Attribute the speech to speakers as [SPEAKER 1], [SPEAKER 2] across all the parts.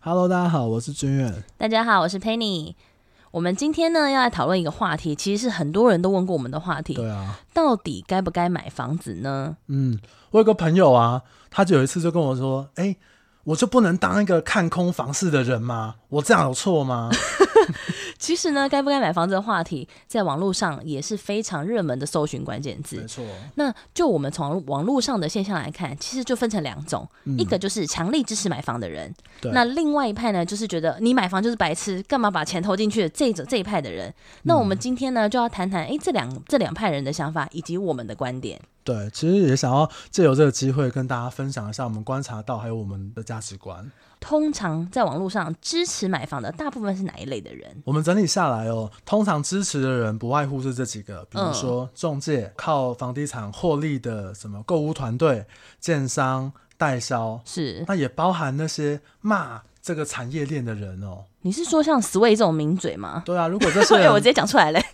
[SPEAKER 1] Hello，大家好，我是君远。
[SPEAKER 2] 大家好，我是 Penny。我们今天呢要来讨论一个话题，其实是很多人都问过我们的话题：
[SPEAKER 1] 对啊，
[SPEAKER 2] 到底该不该买房子呢？
[SPEAKER 1] 嗯，我有个朋友啊，他就有一次就跟我说：“哎、我就不能当一个看空房市的人吗？我这样有错吗
[SPEAKER 2] 其实呢，该不该买房子的话题，在网络上也是非常热门的搜寻关键？”
[SPEAKER 1] 没
[SPEAKER 2] 字。
[SPEAKER 1] 错，
[SPEAKER 2] 那就我们从网络上的现象来看，其实就分成两种，
[SPEAKER 1] 嗯
[SPEAKER 2] 一个就是强力支持买房的人，
[SPEAKER 1] 对
[SPEAKER 2] 那另外一派呢，就是觉得你买房就是白痴，干嘛把钱投进去的这一种这一派的人。那我们
[SPEAKER 1] 嗯
[SPEAKER 2] 今天呢，就要谈谈，诶，这两这两派人的想法以及我们的观点。
[SPEAKER 1] 对，其实也想要借由这个机会跟大家分享一下我们观察到还有我们的价值观。
[SPEAKER 2] 通常在网络上支持买房的大部分是哪一类的人？
[SPEAKER 1] 我们整理下来哦，通常支持的人不外乎是这几个，比如说中介、靠房地产获利的什么购物团队、建商、代销，
[SPEAKER 2] 是
[SPEAKER 1] 那也包含那些骂这个产业链的人哦。
[SPEAKER 2] 你是说像 Sway 这种名嘴吗？
[SPEAKER 1] 对啊，如 果这些
[SPEAKER 2] 哎、
[SPEAKER 1] 人
[SPEAKER 2] 我直接讲出来嘞。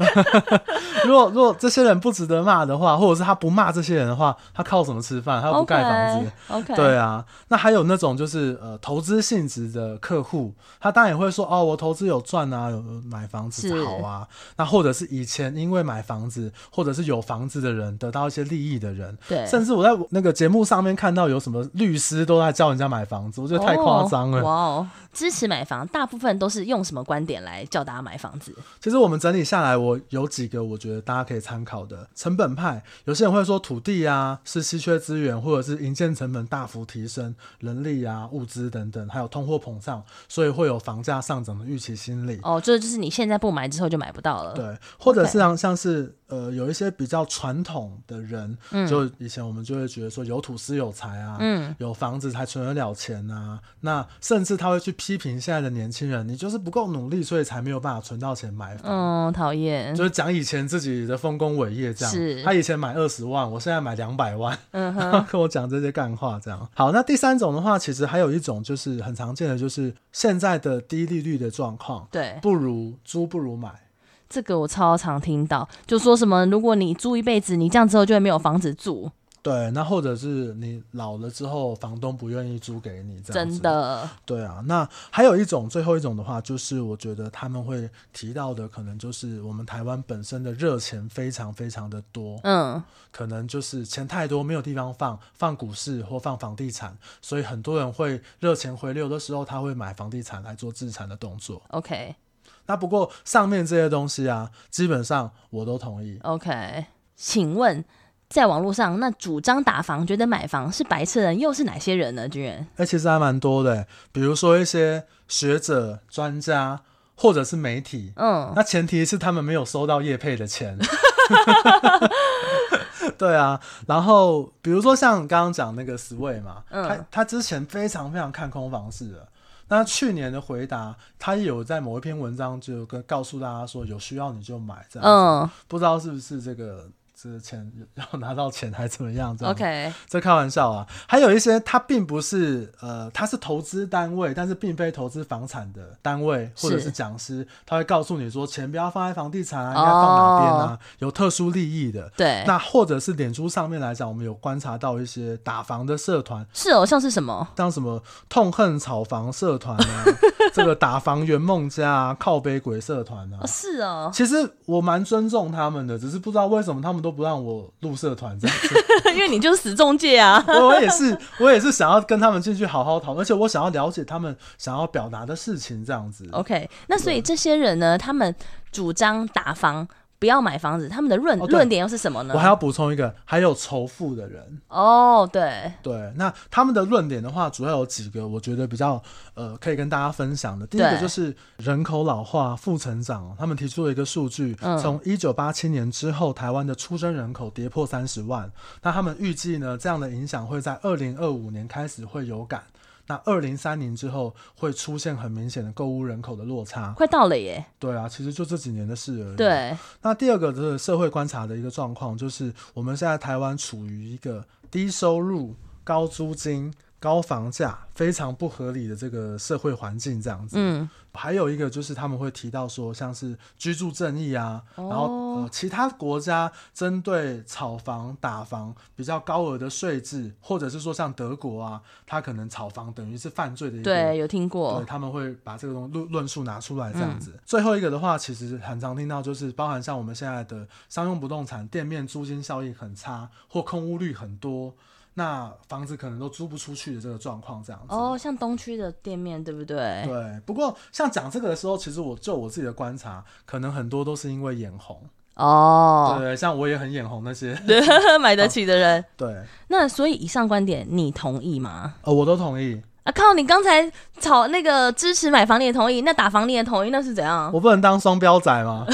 [SPEAKER 1] 如果如果这些人不值得骂的话，或者是他不骂这些人的话，他靠什么吃饭？他又不
[SPEAKER 2] OK
[SPEAKER 1] 盖房子。
[SPEAKER 2] OK，
[SPEAKER 1] 对啊，那还有那种就是呃投资性质的客户，他当然也会说哦，我投资有赚啊，有有买房子
[SPEAKER 2] 是
[SPEAKER 1] 好啊。那或者是以前因为买房子或者是有房子的人得到一些利益的人，
[SPEAKER 2] 对
[SPEAKER 1] 甚至我在那个节目上面看到有什么律师都在教人家买房子，我觉得太夸张了。
[SPEAKER 2] 哦哇哦，支持买房大部分都是用什么观点来叫大家买房子？
[SPEAKER 1] 其实我们整理下来，我有几个我觉得大家可以参考的成本派。有些人会说土地啊是稀缺资源，或者是营建成本大幅提升，人力啊、物资等等，还有通货膨胀，所以会有房价上涨的预期心理。
[SPEAKER 2] 哦，这就是你现在不买之后就买不到了。
[SPEAKER 1] 对，或者是像像是呃，有一些比较传统的人，就以前我们就会觉得说有土司有财啊，
[SPEAKER 2] 嗯
[SPEAKER 1] 有房子才存得了钱啊。那甚至他会去批评现在的年轻人，你就是不够努力，所以才没有办法存到钱买房。
[SPEAKER 2] 嗯，讨厌
[SPEAKER 1] 就。是讲以前自己的丰功伟业这样。
[SPEAKER 2] 是
[SPEAKER 1] 他以前买二十万，我现在买两百万，
[SPEAKER 2] 嗯 哼，
[SPEAKER 1] 跟我讲这些干话这样。好，那第三种的话，其实还有一种就是很常见的，就是现在的低利率的状况，
[SPEAKER 2] 对，
[SPEAKER 1] 不如租不如买。
[SPEAKER 2] 这个我超常听到，就说什么如果你住一辈子，你这样之后就会没有房子住，
[SPEAKER 1] 对，那或者是你老了之后，房东不愿意租给你，这样子
[SPEAKER 2] 真。的。
[SPEAKER 1] 对啊，那还有一种，最后一种的话，就是我觉得他们会提到的，可能就是我们台湾本身的热钱非常非常的多，
[SPEAKER 2] 嗯，
[SPEAKER 1] 可能就是钱太多没有地方放，放股市或放房地产，所以很多人会热钱回流的时候，他会买房地产来做自产的动作。
[SPEAKER 2] OK
[SPEAKER 1] 那不过上面这些东西啊，基本上我都同意。
[SPEAKER 2] OK，请问在网络上那主张打房、觉得买房是白痴人又是哪些人呢？居然
[SPEAKER 1] 哎、其实还蛮多的，比如说一些学者、专家或者是媒体，
[SPEAKER 2] 嗯，
[SPEAKER 1] 那前提是他们没有收到业配的 钱。对啊，然后比如说像刚刚讲那个 Sway 嘛，
[SPEAKER 2] 嗯
[SPEAKER 1] 他他之前非常非常看空房市的，那去年的回答，他有在某一篇文章就跟告诉大家说，有需要你就买这样子，
[SPEAKER 2] 嗯
[SPEAKER 1] 不知道是不是这个这个钱要拿到钱还怎么样这样子
[SPEAKER 2] ，OK，
[SPEAKER 1] 这开玩笑啊，还有一些他并不是呃，他是投资单位，但是并非投资房产的单位
[SPEAKER 2] 是
[SPEAKER 1] 或者是讲师，他会告诉你说钱不要放在房地产啊，应该放哪边啊，有特殊利益的。
[SPEAKER 2] 对，
[SPEAKER 1] 那或者是脸书上面来讲，我们有观察到一些打房的社团，
[SPEAKER 2] 是哦，像是什么？
[SPEAKER 1] 像什么痛恨炒房社团啊，这个打房圆梦家啊，靠背鬼社团啊
[SPEAKER 2] 哦，。是哦，
[SPEAKER 1] 其实我蛮尊重他们的，只是不知道为什么他们都不让我入社团这样子。
[SPEAKER 2] 因为你就是死中介啊。
[SPEAKER 1] 我我也是，我也是想要跟他们进去好好讨论，而且我想要了解他们想要表达的事情，这样子。
[SPEAKER 2] OK，那所以这些人呢，他们主张打房。不要买房子，他们的论
[SPEAKER 1] 哦对
[SPEAKER 2] 论、点又是什么呢
[SPEAKER 1] 我？还要补充一个，还有仇富的人，
[SPEAKER 2] 哦，对，
[SPEAKER 1] 对，那他们的论点的话，主要有几个，我觉得比较呃可以跟大家分享的。第一个
[SPEAKER 2] 对
[SPEAKER 1] 就是人口老化、负成长，他们提出了一个数据，
[SPEAKER 2] 嗯
[SPEAKER 1] 从一九八七年之后，台湾的出生人口跌破三十万，那他们预计呢，这样的影响会在二零二五年开始会有感。那二零三零之后会出现很明显的购物人口的落差，
[SPEAKER 2] 快到了耶。
[SPEAKER 1] 对啊，其实就这几年的事而已。，
[SPEAKER 2] 对，
[SPEAKER 1] 那第二个就是社会观察的一个状况，就是我们现在台湾处于一个低收入、高租金、高房价、非常不合理的这个社会环境这样子。
[SPEAKER 2] 嗯，
[SPEAKER 1] 还有一个就是他们会提到说，像是居住正义啊，然后、
[SPEAKER 2] 哦
[SPEAKER 1] 呃、其他国家针对炒房、打房比较高额的税制，或者是说像德国啊，它可能炒房等于是犯罪的一个
[SPEAKER 2] 对，有听
[SPEAKER 1] 对，
[SPEAKER 2] 过，
[SPEAKER 1] 他们会把这个东论论述拿出来这
[SPEAKER 2] 嗯
[SPEAKER 1] 样子。最后一个的话，其实很常听到就是包含像我们现在的商用不动产店面租金效益很差，或空屋率很多，那房子可能都租不出去的这个状况这样子。
[SPEAKER 2] 哦，像东区的店面，对不对？
[SPEAKER 1] 对，不过像讲这个的时候，其实我就我自己的观察，可能很多都是因为眼红。
[SPEAKER 2] 哦，
[SPEAKER 1] 对，像我也很眼红那些。
[SPEAKER 2] 买得起的人。
[SPEAKER 1] 对，
[SPEAKER 2] 那所以以上观点你同意吗？
[SPEAKER 1] 呃，我都同意。
[SPEAKER 2] 啊靠！你刚才吵那个支持买房你也同意，那打房你也同意，那是怎样？
[SPEAKER 1] 我不能当双标仔吗？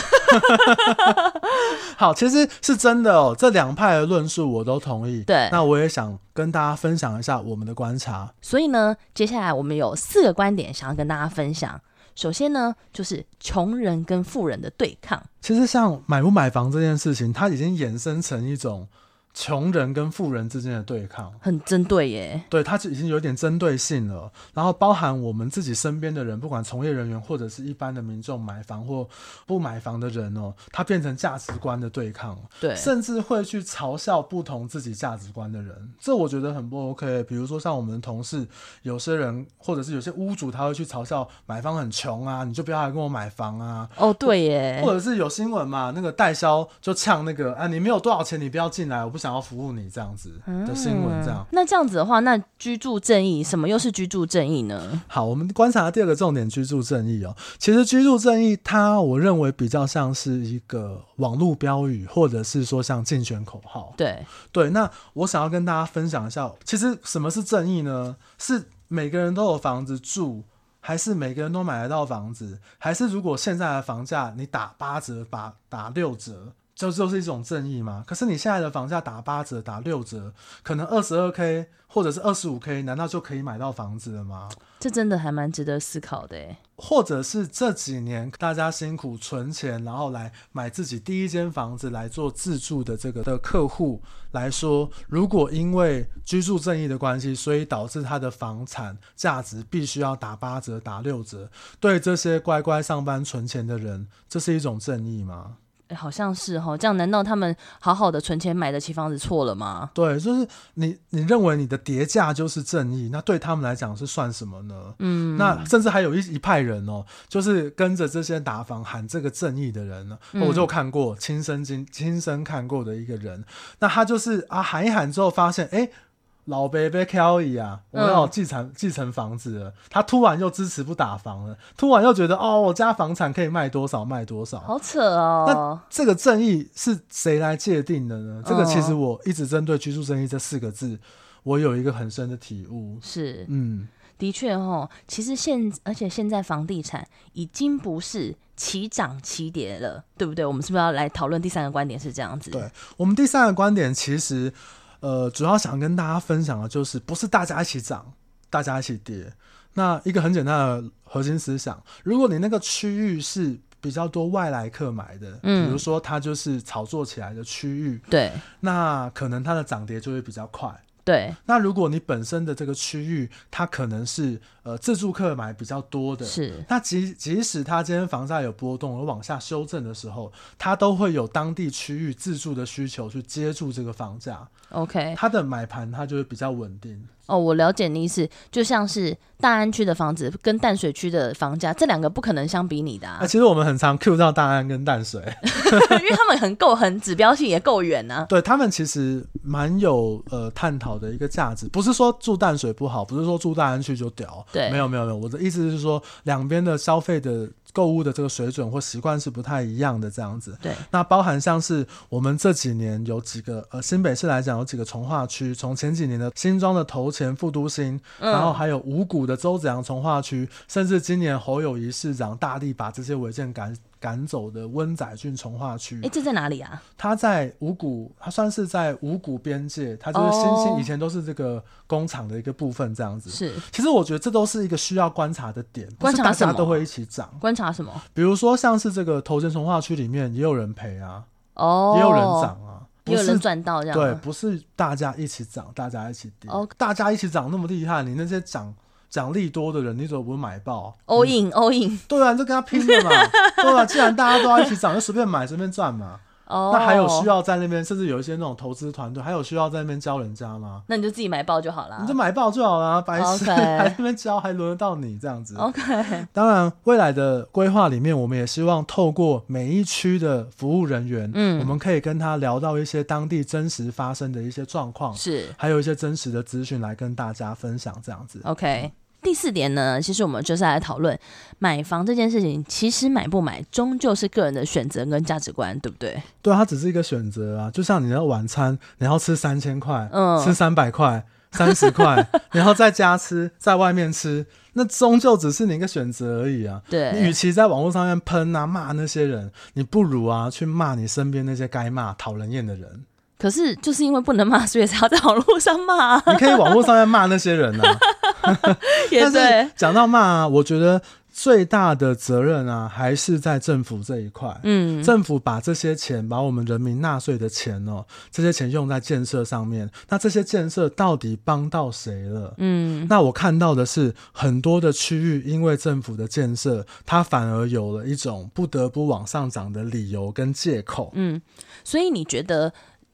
[SPEAKER 1] 好，其实是真的哦，这两派的论述我都同意。
[SPEAKER 2] 对
[SPEAKER 1] 那我也想跟大家分享一下我们的观察。
[SPEAKER 2] 所以呢，接下来我们有四个观点想要跟大家分享。首先呢，就是穷人跟富人的对抗。
[SPEAKER 1] 其实像买不买房这件事情，它已经衍生成一种穷人跟富人之间的对抗。
[SPEAKER 2] 很针对耶，
[SPEAKER 1] 对，它就已经有点针对性了。然后包含我们自己身边的人，不管从业人员或者是一般的民众，买房或不买房的人哦，它变成价值观的对抗。哦
[SPEAKER 2] 对
[SPEAKER 1] 甚至会去嘲笑不同自己价值观的人，这我觉得很不 OK。比如说像我们同事，有些人或者是有些屋主，他会去嘲笑买方很穷啊，你就不要来跟我买房啊。
[SPEAKER 2] 哦，对耶
[SPEAKER 1] 或，者是有新闻嘛，那个代销就呛那个啊，你没有多少钱，你不要进来，我不想要服务你这样子的新闻，这样
[SPEAKER 2] 嗯。那这样子的话，那居住正义什么又是居住正义呢？
[SPEAKER 1] 好，我们观察第二个重点，居住正义哦。其实居住正义它，我认为比较像是一个网络标语，或者是说像竞选口号。
[SPEAKER 2] 对，
[SPEAKER 1] 对，那我想要跟大家分享一下，哦其实什么是正义呢？是每个人都有房子住，还是每个人都买得到房子？还是如果现在的房价你打八折、打打六折，这就是一种正义吗？可是你现在的房价打八折、打六折，可能二十二 k 或者是二十五 k，难道就可以买到房子了吗？
[SPEAKER 2] 这真的还蛮值得思考的耶。
[SPEAKER 1] 或者是这几年大家辛苦存钱，然后来买自己第一间房子来做自住的这个的客户来说，如果因为居住正义的关系，所以导致他的房产价值必须要打八折、打六折，对这些乖乖上班存钱的人，这是一种正义吗？
[SPEAKER 2] 诶好像是哈，这样难道他们好好的存钱买得起房子错了吗？
[SPEAKER 1] 对，就是你，你认为你的叠价就是正义，那对他们来讲是算什么呢？嗯，那甚至还有一一派人哦，就是跟着这些打房喊这个正义的人呢，
[SPEAKER 2] 嗯
[SPEAKER 1] 我就看过亲身经亲身看过的一个人，那他就是啊喊一喊之后发现，哎、老伯被 Kelly 啊，我
[SPEAKER 2] 嗯
[SPEAKER 1] 要继承继承房子了，他突然又支持不打房了，突然又觉得哦，我家房产可以卖多少卖多少，
[SPEAKER 2] 好扯哦
[SPEAKER 1] 那，这个正义是谁来界定的呢？这个其实
[SPEAKER 2] 哦
[SPEAKER 1] 我一直针对居住正义这四个字，我有一个很深的体悟。
[SPEAKER 2] 是
[SPEAKER 1] 嗯，
[SPEAKER 2] 的确哈，其实现而且现在房地产已经不是齐涨齐跌了，对不对？我们是不是要来讨论第三个观点是这样子？
[SPEAKER 1] 对，我们第三个观点其实，呃，主要想跟大家分享的就是，不是大家一起涨，大家一起跌。那一个很简单的核心思想，如果你那个区域是比较多外来客买的，
[SPEAKER 2] 嗯
[SPEAKER 1] 比如说它就是炒作起来的区域，
[SPEAKER 2] 对
[SPEAKER 1] 那可能它的涨跌就会比较快。
[SPEAKER 2] 对
[SPEAKER 1] 那如果你本身的这个区域，它可能是呃自住客买比较多的，
[SPEAKER 2] 是，
[SPEAKER 1] 那即即使它今天房价有波动而往下修正的时候，它都会有当地区域自住的需求去接住这个房价，
[SPEAKER 2] OK。
[SPEAKER 1] 它的买盘它就会比较稳定。
[SPEAKER 2] 哦，我了解你的意思，就像是大安区的房子跟淡水区的房价，这两个不可能相比拟 的、
[SPEAKER 1] 啊，
[SPEAKER 2] 啊，
[SPEAKER 1] 其实我们很常 Q 到大安跟淡水，
[SPEAKER 2] 因为他们很够很指标性，也够远啊呢、
[SPEAKER 1] 对他们其实蛮有呃探讨的一个价值，不是说住淡水不好，不是说住大安区就屌，
[SPEAKER 2] 对
[SPEAKER 1] 没有没有没有，我的意思是说两边的消费的购物的这个水准或习惯是不太一样的这样子。
[SPEAKER 2] 对，
[SPEAKER 1] 那包含像是我们这几年有几个呃新北市来讲有几个从化区，从前几年的新庄的头前副都心，
[SPEAKER 2] 嗯
[SPEAKER 1] 然后还有五股的周子阳从化区，甚至今年侯友谊市长大力把这些违建赶赶走的温仔郡从化区，
[SPEAKER 2] 哎，这在哪里啊？
[SPEAKER 1] 它在五股，它算是在五股边界，它就是新兴、
[SPEAKER 2] 哦
[SPEAKER 1] 以前都是这个工厂的一个部分这样子。
[SPEAKER 2] 是
[SPEAKER 1] 其实我觉得这都是一个需要观察的点，不
[SPEAKER 2] 观
[SPEAKER 1] 是
[SPEAKER 2] 察
[SPEAKER 1] 大
[SPEAKER 2] 什
[SPEAKER 1] 家
[SPEAKER 2] 么
[SPEAKER 1] 都会一起涨。
[SPEAKER 2] 观察什么？
[SPEAKER 1] 比如说像是这个头前从化区里面也有人赔啊，
[SPEAKER 2] 哦，
[SPEAKER 1] 也有人涨啊。不
[SPEAKER 2] 也有
[SPEAKER 1] 是
[SPEAKER 2] 人赚到这样
[SPEAKER 1] 对，
[SPEAKER 2] 吗。
[SPEAKER 1] 不是大家一起涨，大家一起跌。
[SPEAKER 2] OK
[SPEAKER 1] 大家一起涨那么厉害，你那些涨涨利多的人，你怎么不买爆？
[SPEAKER 2] all in all in
[SPEAKER 1] 对啊，你就跟他拼了 嘛。对啊，既然大家都要一起涨，就随便买，随便赚嘛。
[SPEAKER 2] 哦，
[SPEAKER 1] 那还有需？要在那边，甚至有一些那种投资团队，还有需要在那边教人家吗？
[SPEAKER 2] 那你就自己买爆就好啦
[SPEAKER 1] 你就。买爆就好啦，白痴
[SPEAKER 2] 啊 OK
[SPEAKER 1] 还在那边教，还轮得到你这样子？
[SPEAKER 2] OK，
[SPEAKER 1] 当然，未来的规划里面，我们也希望透过每一区的服务人员，
[SPEAKER 2] 嗯
[SPEAKER 1] 我们可以跟他聊到一些当地真实发生的一些状况，
[SPEAKER 2] 是
[SPEAKER 1] 还有一些真实的资讯来跟大家分享，这样子。
[SPEAKER 2] OK。第四点呢，其实我们就是来讨论买房这件事情。其实买不买，终究是个人的选择跟价值观，对不对？
[SPEAKER 1] 对啊，它只是一个选择啊，就像你的晚餐，你要吃三千块，
[SPEAKER 2] 嗯
[SPEAKER 1] 吃三百块。三十 块，然后在家吃，在外面吃，那终究只是你一个选择而已啊。你与
[SPEAKER 2] 对，
[SPEAKER 1] 其在网络上面喷啊骂那些人，你不如啊去骂你身边那些该骂、讨人厌的人。
[SPEAKER 2] 可是就是因为不能骂，所以才要在网络上骂啊，
[SPEAKER 1] 你可以网络上面骂那些人啊，
[SPEAKER 2] 也
[SPEAKER 1] 但
[SPEAKER 2] 对
[SPEAKER 1] 是。讲到骂、啊，我觉得最大的责任啊，还是在政府这一块。
[SPEAKER 2] 嗯，
[SPEAKER 1] 政府把这些钱，把我们人民纳税的钱哦，这些钱用在建设上面，那这些建设到底帮到谁了？
[SPEAKER 2] 嗯，
[SPEAKER 1] 那我看到的是，很多的区域因为政府的建设，它反而有了一种不得不往上涨的理由跟借口。
[SPEAKER 2] 嗯所以你觉得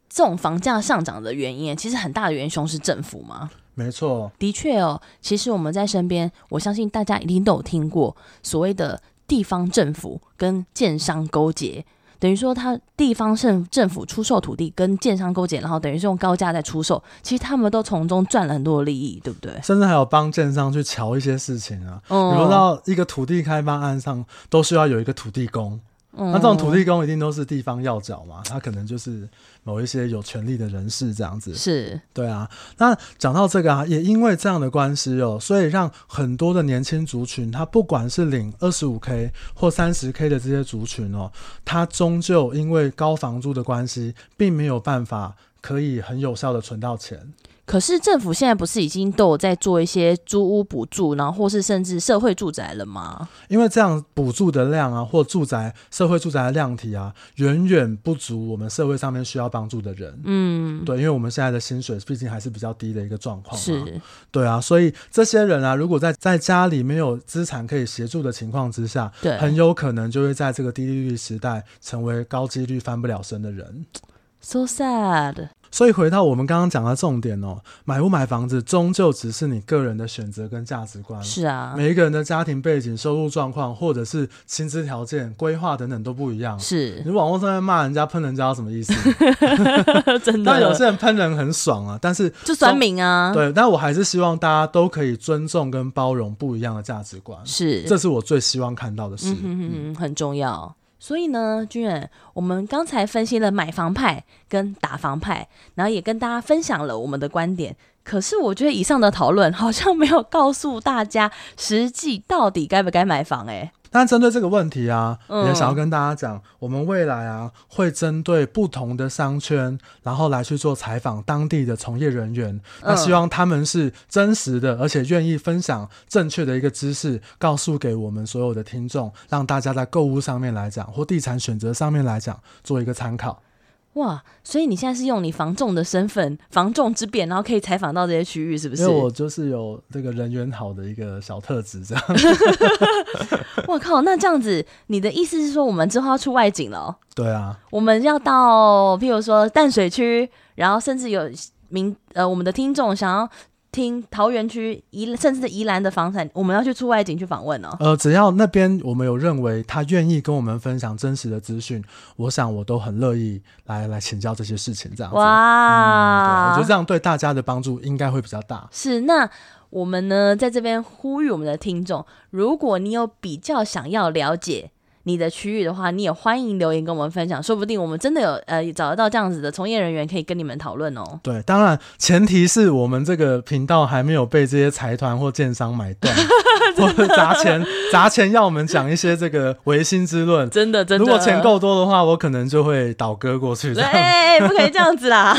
[SPEAKER 2] 这种房价上涨的原因，其实很大的元凶是政府吗？
[SPEAKER 1] 没错，
[SPEAKER 2] 的确哦，其实我们在身边，我相信大家一定都有听过所谓的地方政府跟建商勾结，等于说他地方政政府出售土地跟建商勾结，然后等于是用高价在出售，其实他们都从中赚了很多的利益，对不对？
[SPEAKER 1] 甚至还有帮建商去瞧一些事情啊。
[SPEAKER 2] 嗯
[SPEAKER 1] 你不知道一个土地开发案上都需要有一个土地公，
[SPEAKER 2] 嗯
[SPEAKER 1] 那这种土地公一定都是地方要角嘛，他可能就是某一些有权利的人士这样子。
[SPEAKER 2] 嗯是
[SPEAKER 1] 对啊，那讲到这个啊，也因为这样的关系哦，所以让很多的年轻族群，他不管是领二十五 k 或三十 k 的这些族群哦，他终究因为高房租的关系，并没有办法可以很有效的存到钱。
[SPEAKER 2] 可是政府现在不是已经都有在做一些租屋补助，然后或是甚至社会住宅了吗？
[SPEAKER 1] 因为这样补助的量啊，或住宅社会住宅的量体啊，远远不足我们社会上面需要帮助的人。
[SPEAKER 2] 嗯，
[SPEAKER 1] 对，因为我们现在的薪水毕竟还是比较低的一个状况、啊，
[SPEAKER 2] 是
[SPEAKER 1] 对啊，所以这些人啊，如果在在家里没有资产可以协助的情况之下，
[SPEAKER 2] 对，
[SPEAKER 1] 很有可能就会在这个低利率时代成为高几率翻不了身的人。
[SPEAKER 2] so sad。
[SPEAKER 1] 所以回到我们刚刚讲的重点哦，买不买房子终究只是你个人的选择跟价值观。
[SPEAKER 2] 是啊，
[SPEAKER 1] 每一个人的家庭背景、收入状况，或者是薪资条件、规划等等都不一样。
[SPEAKER 2] 是
[SPEAKER 1] 你网络上面骂人家、喷人家有什么意思？
[SPEAKER 2] 真
[SPEAKER 1] 但有
[SPEAKER 2] 的，
[SPEAKER 1] 些人喷人很爽啊，但是
[SPEAKER 2] 就酸民啊，
[SPEAKER 1] 对，但我还是希望大家都可以尊重跟包容不一样的价值观，
[SPEAKER 2] 是
[SPEAKER 1] 这是我最希望看到的事
[SPEAKER 2] 嗯。哼哼哼，很重要。所以呢，君远，我们刚才分析了买房派跟打房派，然后也跟大家分享了我们的观点。可是我觉得以上的讨论好像没有告诉大家实际到底该不该买房、欸，
[SPEAKER 1] 但针对这个问题啊，
[SPEAKER 2] 嗯
[SPEAKER 1] 也想要跟大家讲，我们未来啊会针对不同的商圈，然后来去做采访当地的从业人员，那
[SPEAKER 2] 嗯
[SPEAKER 1] 希望他们是真实的，而且愿意分享正确的一个知识，告诉给我们所有的听众，让大家在购物上面来讲，或地产选择上面来讲，做一个参考。
[SPEAKER 2] 哇！所以你现在是用你房仲的身份，房仲之便，然后可以采访到这些区域，是不
[SPEAKER 1] 因
[SPEAKER 2] 是
[SPEAKER 1] 为？我就是有这个人缘好的一个小特质，这样。
[SPEAKER 2] 我靠！那这样子，你的意思是说，我们之后要出外景了哦？
[SPEAKER 1] 对啊，
[SPEAKER 2] 我们要到，譬如说淡水区，然后甚至有民呃，我们的听众想要听桃园区、宜甚至是宜兰的房产，我们要去出外景去访问哦。
[SPEAKER 1] 呃，只要那边我们有认为他愿意跟我们分享真实的资讯，我想我都很乐意来来请教这些事情，
[SPEAKER 2] 嗯
[SPEAKER 1] 这样子。对啊
[SPEAKER 2] 哇，
[SPEAKER 1] 我觉得这样对大家的帮助应该会比较大。
[SPEAKER 2] 是那。我们呢，在这边呼吁我们的听众，如果你有比较想要了解你的区域的话，你也欢迎留言跟我们分享，说不定我们真的有呃找得到这样子的从业人员可以跟你们讨论哦。
[SPEAKER 1] 对，当然前提是我们这个频道还没有被这些财团或建商买 断，或者砸钱砸钱要我们讲一些这个唯心之论。
[SPEAKER 2] 真的，真的，
[SPEAKER 1] 如果钱够多的话，我可能就会倒戈过去这
[SPEAKER 2] 对，
[SPEAKER 1] 样。
[SPEAKER 2] 哎、哎不可以这样子啦。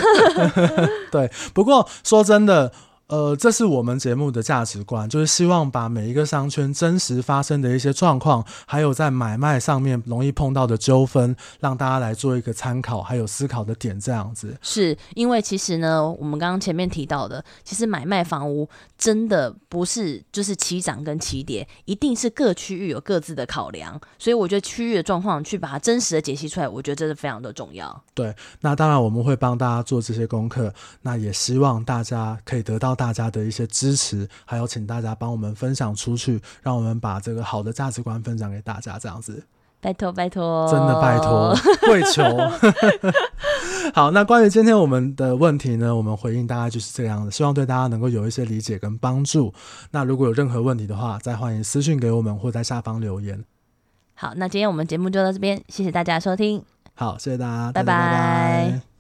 [SPEAKER 1] 不过说真的，呃，这是我们节目的价值观，就是希望把每一个商圈真实发生的一些状况，还有在买卖上面容易碰到的纠纷，让大家来做一个参考，还有思考的点，这样子。
[SPEAKER 2] 是因为其实呢，我们刚刚前面提到的，其实买卖房屋真的不是就是起涨跟起跌，一定是各区域有各自的考量，所以我觉得区域的状况去把它真实的解析出来，我觉得这是非常的重要。
[SPEAKER 1] 那当然我们会帮大家做这些功课，那也希望大家可以得到大家的一些支持，还有请大家帮我们分享出去，让我们把这个好的价值观分享给大家，这样子。
[SPEAKER 2] 拜托拜托，
[SPEAKER 1] 真的拜托，跪求。 好，那关于今天我们的问题呢，我们回应大概就是这样的，希望对大家能够有一些理解跟帮助。那如果有任何问题的话，再欢迎私讯给我们或在下方留言。
[SPEAKER 2] 好，那今天我们节目就到这边，谢谢大家的收听。
[SPEAKER 1] 好，谢谢大家，
[SPEAKER 2] 拜
[SPEAKER 1] 大家拜
[SPEAKER 2] 拜